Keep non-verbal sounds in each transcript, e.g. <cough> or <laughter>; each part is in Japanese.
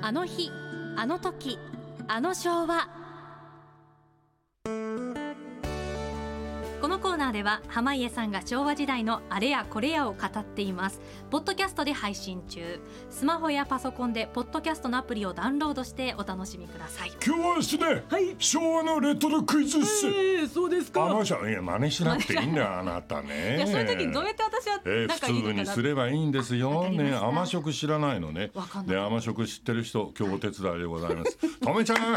あの日あの時あの昭和このコーナーでは濱家さんが昭和時代のあれやこれやを語っていますポッドキャストで配信中スマホやパソコンでポッドキャストのアプリをダウンロードしてお楽しみください今日はですね、はい昭和のレトロクイズっす、えー、そうですあかの人いや真似しなくていいんだよあなたねいやそういう時どうやって私はえー仲いい普通のにかすなればいいんですわかよりまねした甘食知らないのねわかんないで甘食知ってる人今日お手伝いでございますとめちゃんはい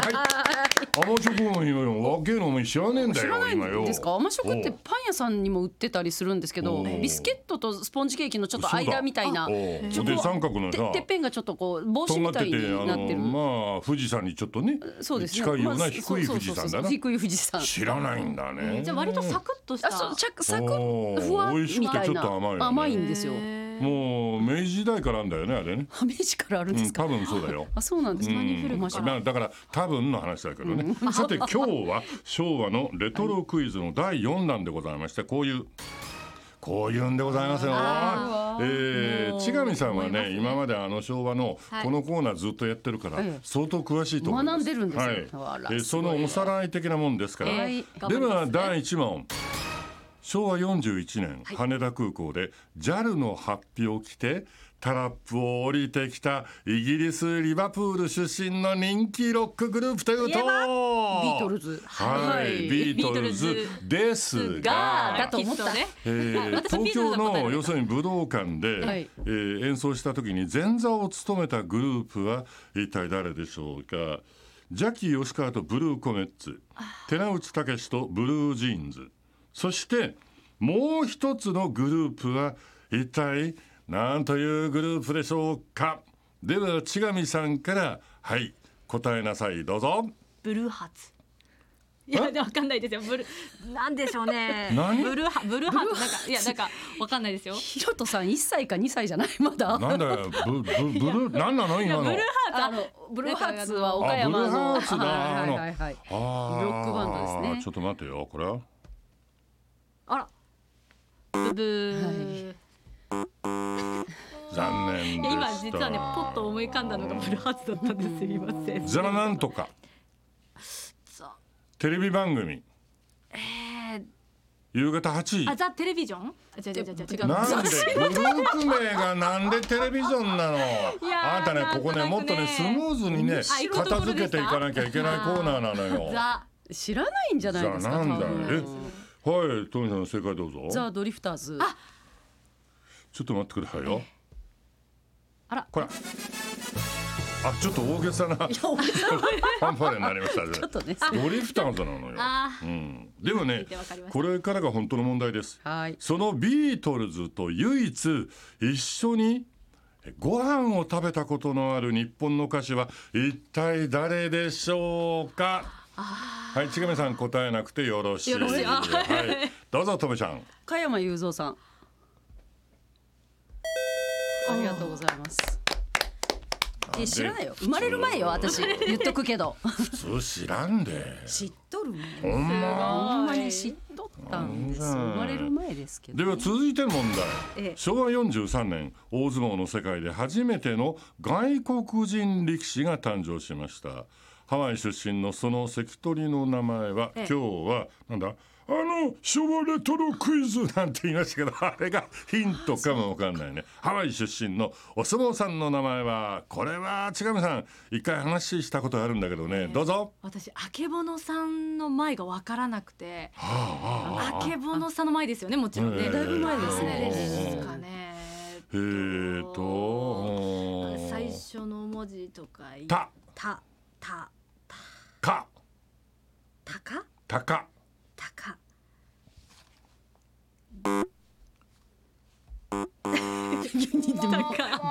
甘食もいよわけのお前知らねえんだ知らよない今よんですか甘食っておうパン屋さんにも売ってたりするんですけおどうビスケットとスポンジケーキのちょっとそう間だみたいなおうちょっとで三角のてさてっぺんがちょっとこう帽と子んがみったていにてなあってるのまあ富士山にちょっとねそうですね近いようまなあ低そういそう富士そうそう山だな低い富士山知らないんだねじゃあ割とサクッとしたあそうちゃサクおッーふわっ美味しくみてたいなちょっと甘いよねんですよもう明治時代からなんだよねあれね、ハメジからあるんうでん、すか多分そうだよあそうなんですか面白いなだから多分の話だけどね、さて今日は昭和のレトロクイズの第4弾でございましてこういうこういうんでございますよ。えー、千上さんはね今まであの昭和のはいこのコーナーずっとやってるからええ相当詳しいと思います。学んでるんですよはあいらえー、すそごいのおさらい的なもんですから。ははいいでは第1問昭和41年、羽田空港で JAL の発表を着てタラップを降りてきたイギリスリバプール出身の人気ロックグループというとビビーートルズはい、ビートルズですがだと思ったきっねえー私はビ東ートル京ズの答えだのった要するに武道館で、はいえー演奏した時に前座を務めたグループは一体誰でしょうかジャッキー吉川とブルーコメッツ寺内武とブルージーンズそしてもう一つのグループは一体何というグループでしょうかでは千上さんからはい答えなさいどうぞブルーハーツいやえわかんないですよブルなんでしょうね何ブルーハブルーハーツなんかいやなんかわかんないですよひろとさん1歳か2歳じゃないまだなんだよブブブルーなんなのい今やブのルーハあーツのブルーハーツは岡あブル山ーハのーツだはあいのはいはいあーロックバンドですねちょっと待ってよこれはあらブブー、残念いでやした今実はねポッと思い浮かんだのがブルーハーツだったんですすみませんザラなんとかザテレビ番組えー、夕方8時あザテレビジョンあ違う違う違う違うなんでグループ名がなんでテレビジョンなのやーあんたねなんとなくここねねもっとねスムーズにね白いところでした片付けていかなきゃいけないコーナーなのよザ知らないんじゃないですかザなんだ多分えはいトミさん正解どうザ・ぞドリフターズちょっと待ってくださいよあらこれあちょっと大げさなファンファレになりま <laughs> したねちょっとねドリフターズなのよあうん、でもね聞いてわかりましたこれからが本当の問題ですはいそのビートルズと唯一一緒にご飯を食べたことのある日本の歌手は一体誰でしょうかはい、ちがめさん答えなくてよろしいよろしいあはい、どうぞとめちゃん加山雄三さんありがとうございますえ知らないよ生まれる前よ私言っとくけど普通知らんで知っとるもんほんまほんまに知っとったんですよ生まれる前ですけどでは続いて問題、ええ昭和43年大相撲の世界で初めての外国人力士が誕生しましたハワイ出身のその関取の名前は、ええ今日はなんだあの昭和レトロクイズなんて言いましたけど <laughs> あれがヒントかもわかんないねハワイ出身のお相撲さんの名前はこれは千上さん一回話したことあるんだけどね、どうぞ私あけぼのさんの前が分からなくてあああああけぼのさんの前ですよねもちろんね、ええだいぶ前ですねですかねえーと最初の文字とかいたたたかたかたかたか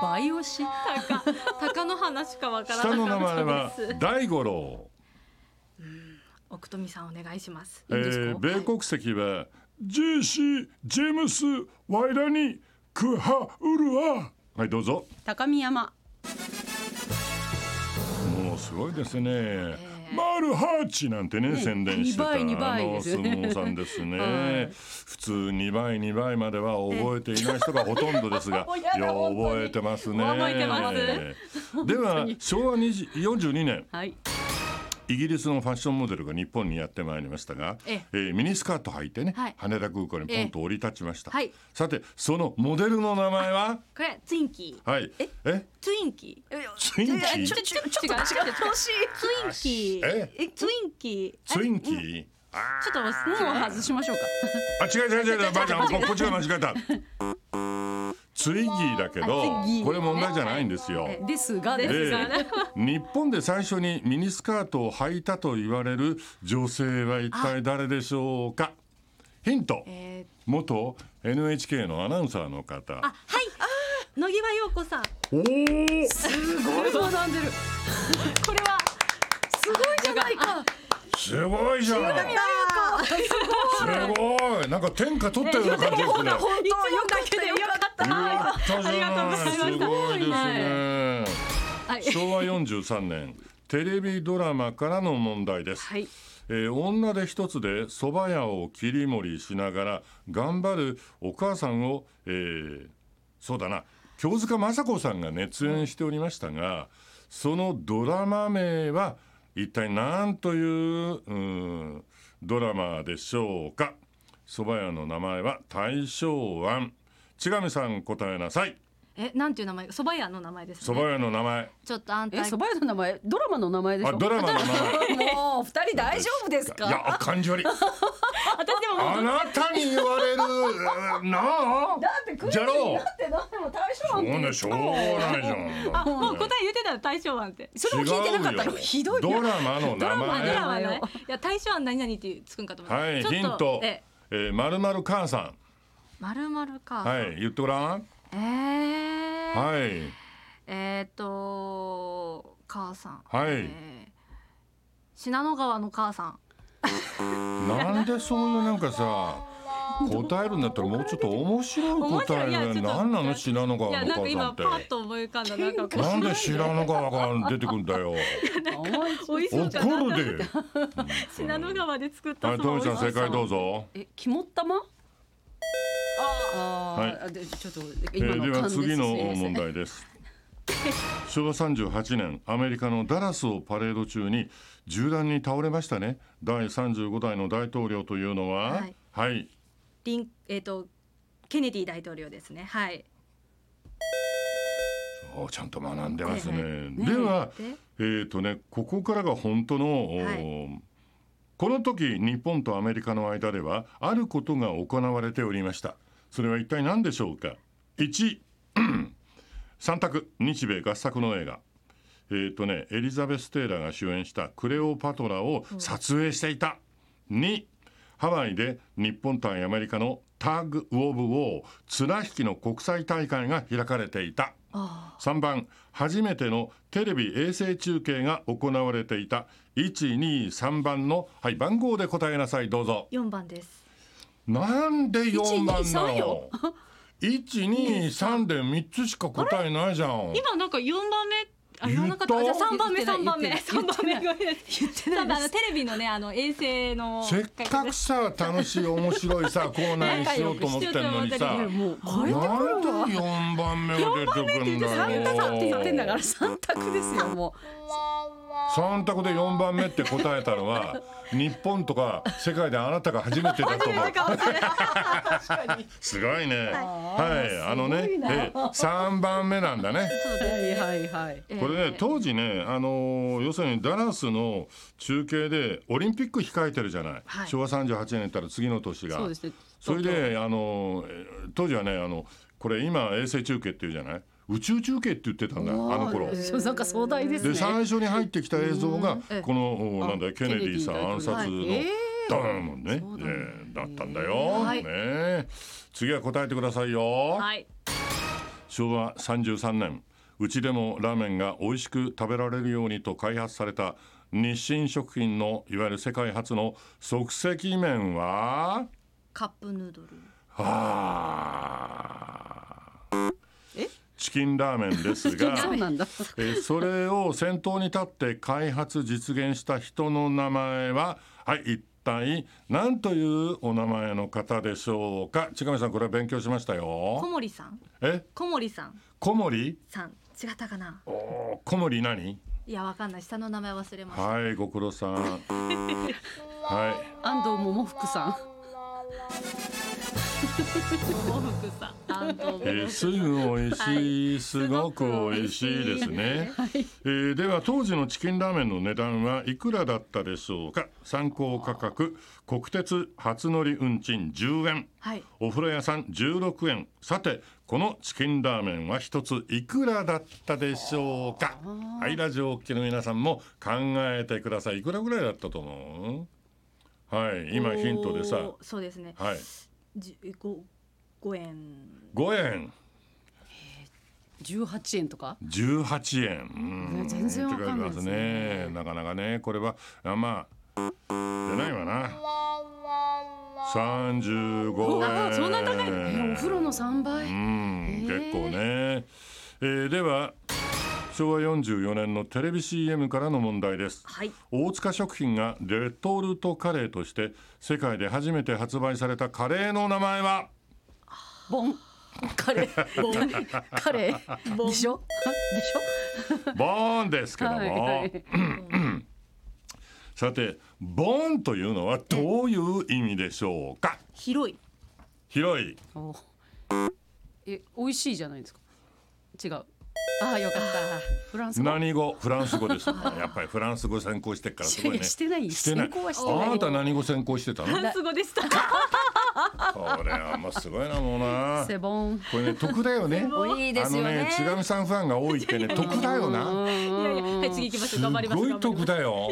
倍押したかたかの花しか分から下の名なか前はったです大五郎、奥富さんお願いしますえいんですー、か米国籍は JC ジェームスワイラニクハウルアはいどうぞ高見山もうすごいですね、マルハーチなんてねね宣伝してたあ二倍二倍のです相ね撲さんですね、 <laughs> はい普通2倍2倍までは覚えていない人がほとんどですが <laughs> もうやだいや本当に覚えてますね覚えてますでは昭和20 42年はい。イギリスのファッションモデルが日本にやってまいりましたが、えええーミニスカート履いてね、はい羽田空港にポンと降り立ちました、ええはいさてそのモデルの名前はこれツインキーはいええツインキーツインキえーちょちょちょっと違う違うしツインキい。ーええツインキーツインーキーあちょっともう外しましょうか。あ違う違う違う違うばあちゃんここっちが間違えたツイギーだけどあツイギーこれ問題じゃないんですよえですがですでが。日本で最初にミニスカートを履いたと言われる女性は一体誰でしょうかヒントえ元 NHK のアナウンサーの方ーあはい野際陽子さんおーすごい学んでる。これはすごいじゃないか。すごいじゃんすごいなんか天下取ったような感じですね本当よかったよかっやったじゃないすごいですねはい。昭和43年テレビドラマからの問題です、はい。えー女で一つで蕎麦屋を切り盛りしながら頑張るお母さんを、えーそうだな京塚雅子さんが熱演しておりましたがそのドラマ名は一体何といううーんドラマでしょうか蕎麦屋の名前は大正庵千上さん答えなさいえなんていう名前蕎麦屋の名前です蕎麦ね屋の名前ちょっと安え、泰そば屋の名前、ドラマの名前でしょ。あドラマの名前 <laughs> もう二人大丈夫ですいか。や感じ悪い私でもあなたに言われる <laughs> うんなあだってクイズじゃにろなってないもん大将そなうんて言ねっしたょうもがんないじゃんあもう答え言ってたら大正案ってそれも聞いてなかったのひどいドな。ラマの名まあド前ラマ前ないいや大正案何々ってつくんかと思ったはいちょっとヒントええーまるまる母さまるまるかんはい言ってごらんえーはいえーっと母さんはいえー信濃川の母さんなんでそういうなんかさ答えるんだったらもうちょっと面白い答え面白いいやちょっねとなんなの知らのかいやのなんか母さん今っパてッと思い浮かんだなんかこうなんで知らのかが出てくんだよおいしそうかな怒るで信濃川で作ったはいトミちゃん正解どうぞえ、肝っ玉。あーあ、で、ちょっと、え今ーではの勘です。次のすいません問。題です昭和38年アメリカのダラスをパレード中に銃弾に倒れましたね第35代の大統領というのはははいい、リンえーっとケネディ大統領ですねはいおちゃんと学んでますはね、ではでえーとねここからが本当の、おーこの時日本とアメリカの間ではあることが行われておりましたそれは一体何でしょうか1 <clears throat> 三択日米合作の映画えーとねエリザベス・テイラーが主演した「クレオパトラ」を撮影していた、2ハワイで日本対アメリカのタッグ・ウォブ・ウォー綱引きの国際大会が開かれていたあ3番初めてのテレビ衛星中継が行われていた123番の、はい、番号で答えなさいどうぞー四番ですなんで4番な123の <laughs> よ123で3つしか答えないじゃん今なんか四番目あ言わなかっ言たったじゃあ三番目言ってない三番目言三番目ごめってないんなさい言ってな多分いであのす。テレビのねあの衛星のせっかくさ楽しい面白いさコーナーにしようと思ってんのに仲さないやんでもう、これ。 4番目が出てくるんだ三択って言ってんだかよら、三択ですよ、も三択で4番目って答えたのは日本とか世界であなたが初めてだと思うすごいね。はい、あのね、すごいなえー三番目なんだね。そうう。はですい、はい、はい。えーこれね、当時ね、あのー要するにダラスの中継でオリンピック控えてるじゃない。はい昭和三十八年ったら次の年が。そうですね。それで、あのーえー当時はね、あの、これ今衛星中継っていうじゃない。宇宙中継って言ってたんだよ、あの頃。 <laughs> そうなんか壮大ですね。で、最初に入ってきた映像がええ、この、おなんだ、あケネディさケネデん暗ィ大殺統の。領ドーンね、そうえだねーだったんだよ。はいね、次は答えてくださいよ。はい昭和33年うちでもラーメンが美味しく食べられるようにと開発された日清食品のいわゆる世界初の即席麺はカップヌードルはあえ <laughs> チキンラーメンですがそうなんだ。えーそれを先頭に立って開発実現した人の名前ははい一体何というお名前の方でしょうか近上さんこれは勉強しました小よ森さんえ小森さん小森さん違ったかなおー小森何いやわかんない下の名前忘れましたはいご苦労さんはい安藤桃福さん。桃福さん安藤桃えー、すぐ美味しい、すごく美味しいですね、えーでは当時のチキンラーメンの値段はいくらだったでしょうか参考価格国鉄初乗り運賃10円はいお風呂屋さん16円さてこのチキンラーメンは一ついくらだったでしょうかはいラジオをお聞きの皆さんも考えてくださいいくらぐらいだったと思うはい今ヒントでさおーそうですねはいじゅご五円5円十八円とか。十八円。うんね全然わかんないって書いてですねますねなかなかね、これは、あ、まあ。出ないわな。三十五円。あそんな高い。えお風呂の三う倍。ん、えー結構ね。えー、では。昭和44年のテレビ CM からの問題ですはい大塚食品がレトルトカレーとして世界で初めて発売されたカレーの名前はボン。カレー。ボン。 <laughs> カレー。でしょ。 <laughs> でしボーンですけょ。ども、はい。はい。さてボーンというのはどういう意味でしょうか広い広いおえ、美味しいじゃないですか。違う。ああ、よかった。フランス語。何語フランス語ですやっぱりフランス語専攻してっ <laughs> からすごいねしてない。してない専攻はしてあな。ないた何語専攻してたの <laughs> フランス語でしたこれはもうすごいなもうなセボン。これね得だよねいいであすのよねね。ちがみさんファンが多いって <laughs> ね得だようないんやいやはい次行きましょう頑張りすます頑張ごいりま得すだよ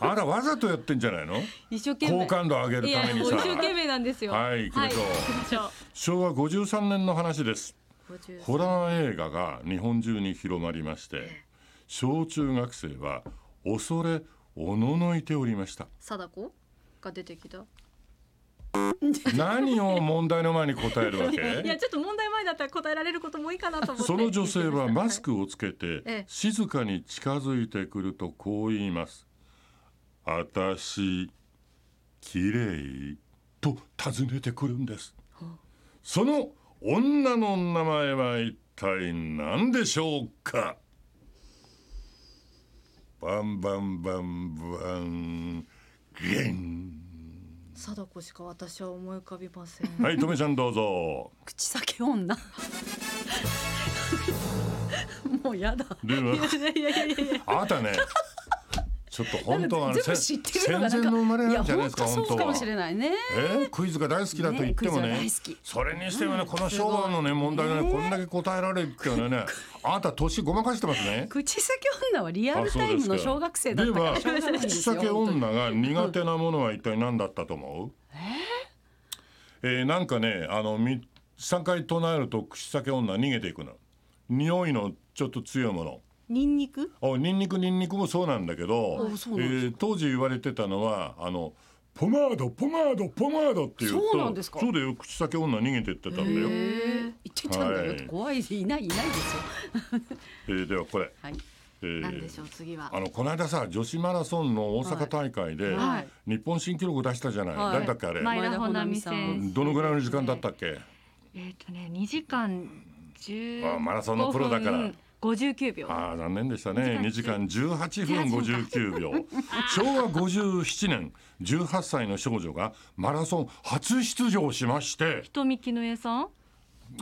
<laughs> あらわざとやってんじゃないの一生懸好命感度上げるいたやめもにうさ一生懸命なんですよはい行きましょうはい行きましょう昭和53年の話です50ホラー映画が日本中に広まりまして小中学生は恐れおののいておりました貞子が出てきた何を問題の前に答えるわ <laughs> いやけちょっと問題前だったら答えられることもいいかなと思ってその女性はマスククをつけてえ静かに近づいてくるとこう言います「あたしきれい」と尋ねてくるんですその女の名前は一体何でしょうかバンバンバンバンゲン貞子しか私は思い浮かびませんはいとめちゃんどうぞ口先女。もうやだ。ではいやいやいや <laughs> いやあなたね。ちょっと本当はあの全部知戦ってるのがな前んのか。生まれなんじゃないですかや本本当当そうかはもし。れないね。えークイズが大好きだと言ってもねねクイズが大好きそれにしてもねこの昭和のねすごい問題がねこんだけ答えられるっていうのはねあなた年ごまかしてますね。口先女はリアルタイムの小学生だったからあしそょううでがすないんかで口すよ。先女が苦手なものは一体何だったと思うえーなんかねあのみ3回唱えると口先女逃げていくの匂いのちょっと強いものニンニクおニンニクニンニクもそうなんだけど、あそうなんですえー当時言われてたのはあのポマードポマードポマードっていうとそうなんですかそうだよ口先女逃げてってたんだへよ、ええ言ってたんだよってはい怖いいないいないですよ。ーではこれ、はい。えーなんでしょう次はあのこの間さ女子マラソンの大阪大会で、はい日本新記録出したじゃない、はい誰だっけあれ、前田穂奈美前田穂選手どのぐらいの時間だったっけ、えっとね2時間あ10マラソンのプロだから59秒ああ残念でしたね2 2時時間間18分59秒 <laughs> 昭和57年18歳の少女がマラソン初出場しましてとみきのえさん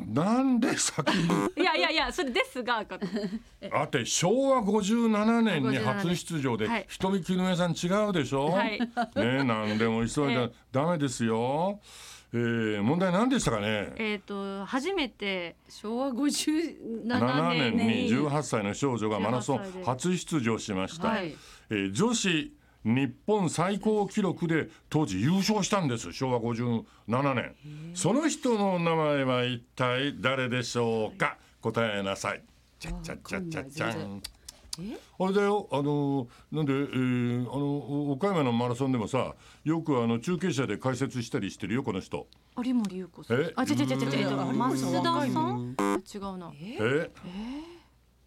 なんで先にいやいやいやそれですが赤くんあって昭和57年に初出場ではい瞳木のえさん違うでしょ、はいねえ何でも急いだ <laughs> えダメですよ、えー、問題何でしたかねえっと初めて昭和五十7七年年にに18歳の少女がマラソン18歳で初出場しました、はい。えー女子日本最高記録で当時優勝したんです昭和57年その人の名前は一体誰でしょうか答えなさいちゃっちゃっちゃっちゃっちゃわかんんえあれだよあのなんで、えーあの岡山のマラソンでもさよくあの中継車で解説したりしてるよこの人有森裕子さんえあ違う違う違う違うえっとうん増田さ若いんの違うなええ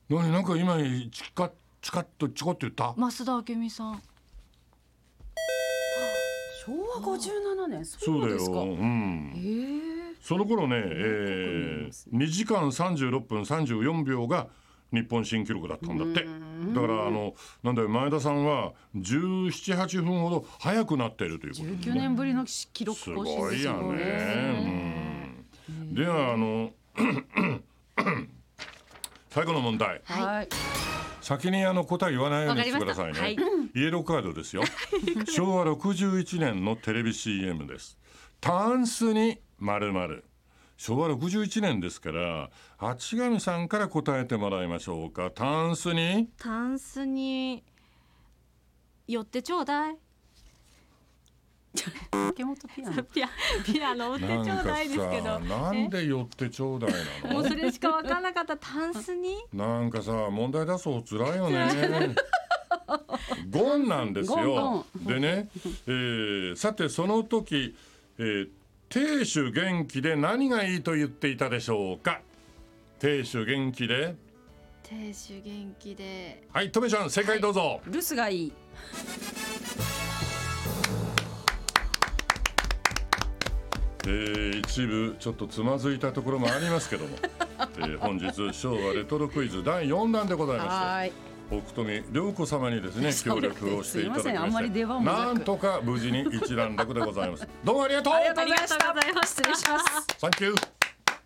え何なんか今チカチカッとチコって言ったー、増田明美さん昭和五十七年そそううだでよすか。うんえー、その頃ね、え見ーます、 2時間36分34秒が日本新記録だったんだってだからあのなんだよ前田さんは1718分ほど早くなっているということ十九年ぶりの記録す更新ごでいすやよね。ね。うんではあの <clears throat> 最後の問題はい。先にあの答え言わないようにわかしりまてくしだたさいね、はいイエローカードですよ昭和61年のテレビ CM ですタンスに〇〇昭和61年ですから八神さんから答えてもらいましょうかタンスにタンスに寄ってちょうだい竹本ピア <laughs> ノ。ピアピアノ寄ってちょうだいですけどなんかさなんで寄ってちょうだいなものうそれしか分からなかったタンスになんかさ問題出そう辛いよ <laughs> ね。ゴンなんですよ。ゴでね、えーさてその時、えー、亭主元気で何がいいと言っていたでしょうか。亭主元気で、 <laughs> 亭主元気ではい、とめちゃん正解どうぞ。留守がいい。えー一部ちょっとつまずいたところもありますけ <laughs> ども、えー本日昭和レトロクイズ第4弾でございまして。はい。奥富良子様にですねそ協うです力をしていただきましすいませんてあんまり出番もなくんとか無事に一段落でございますどうもありがとうありがとうございましありがとうございまた。した失礼します。サンキュー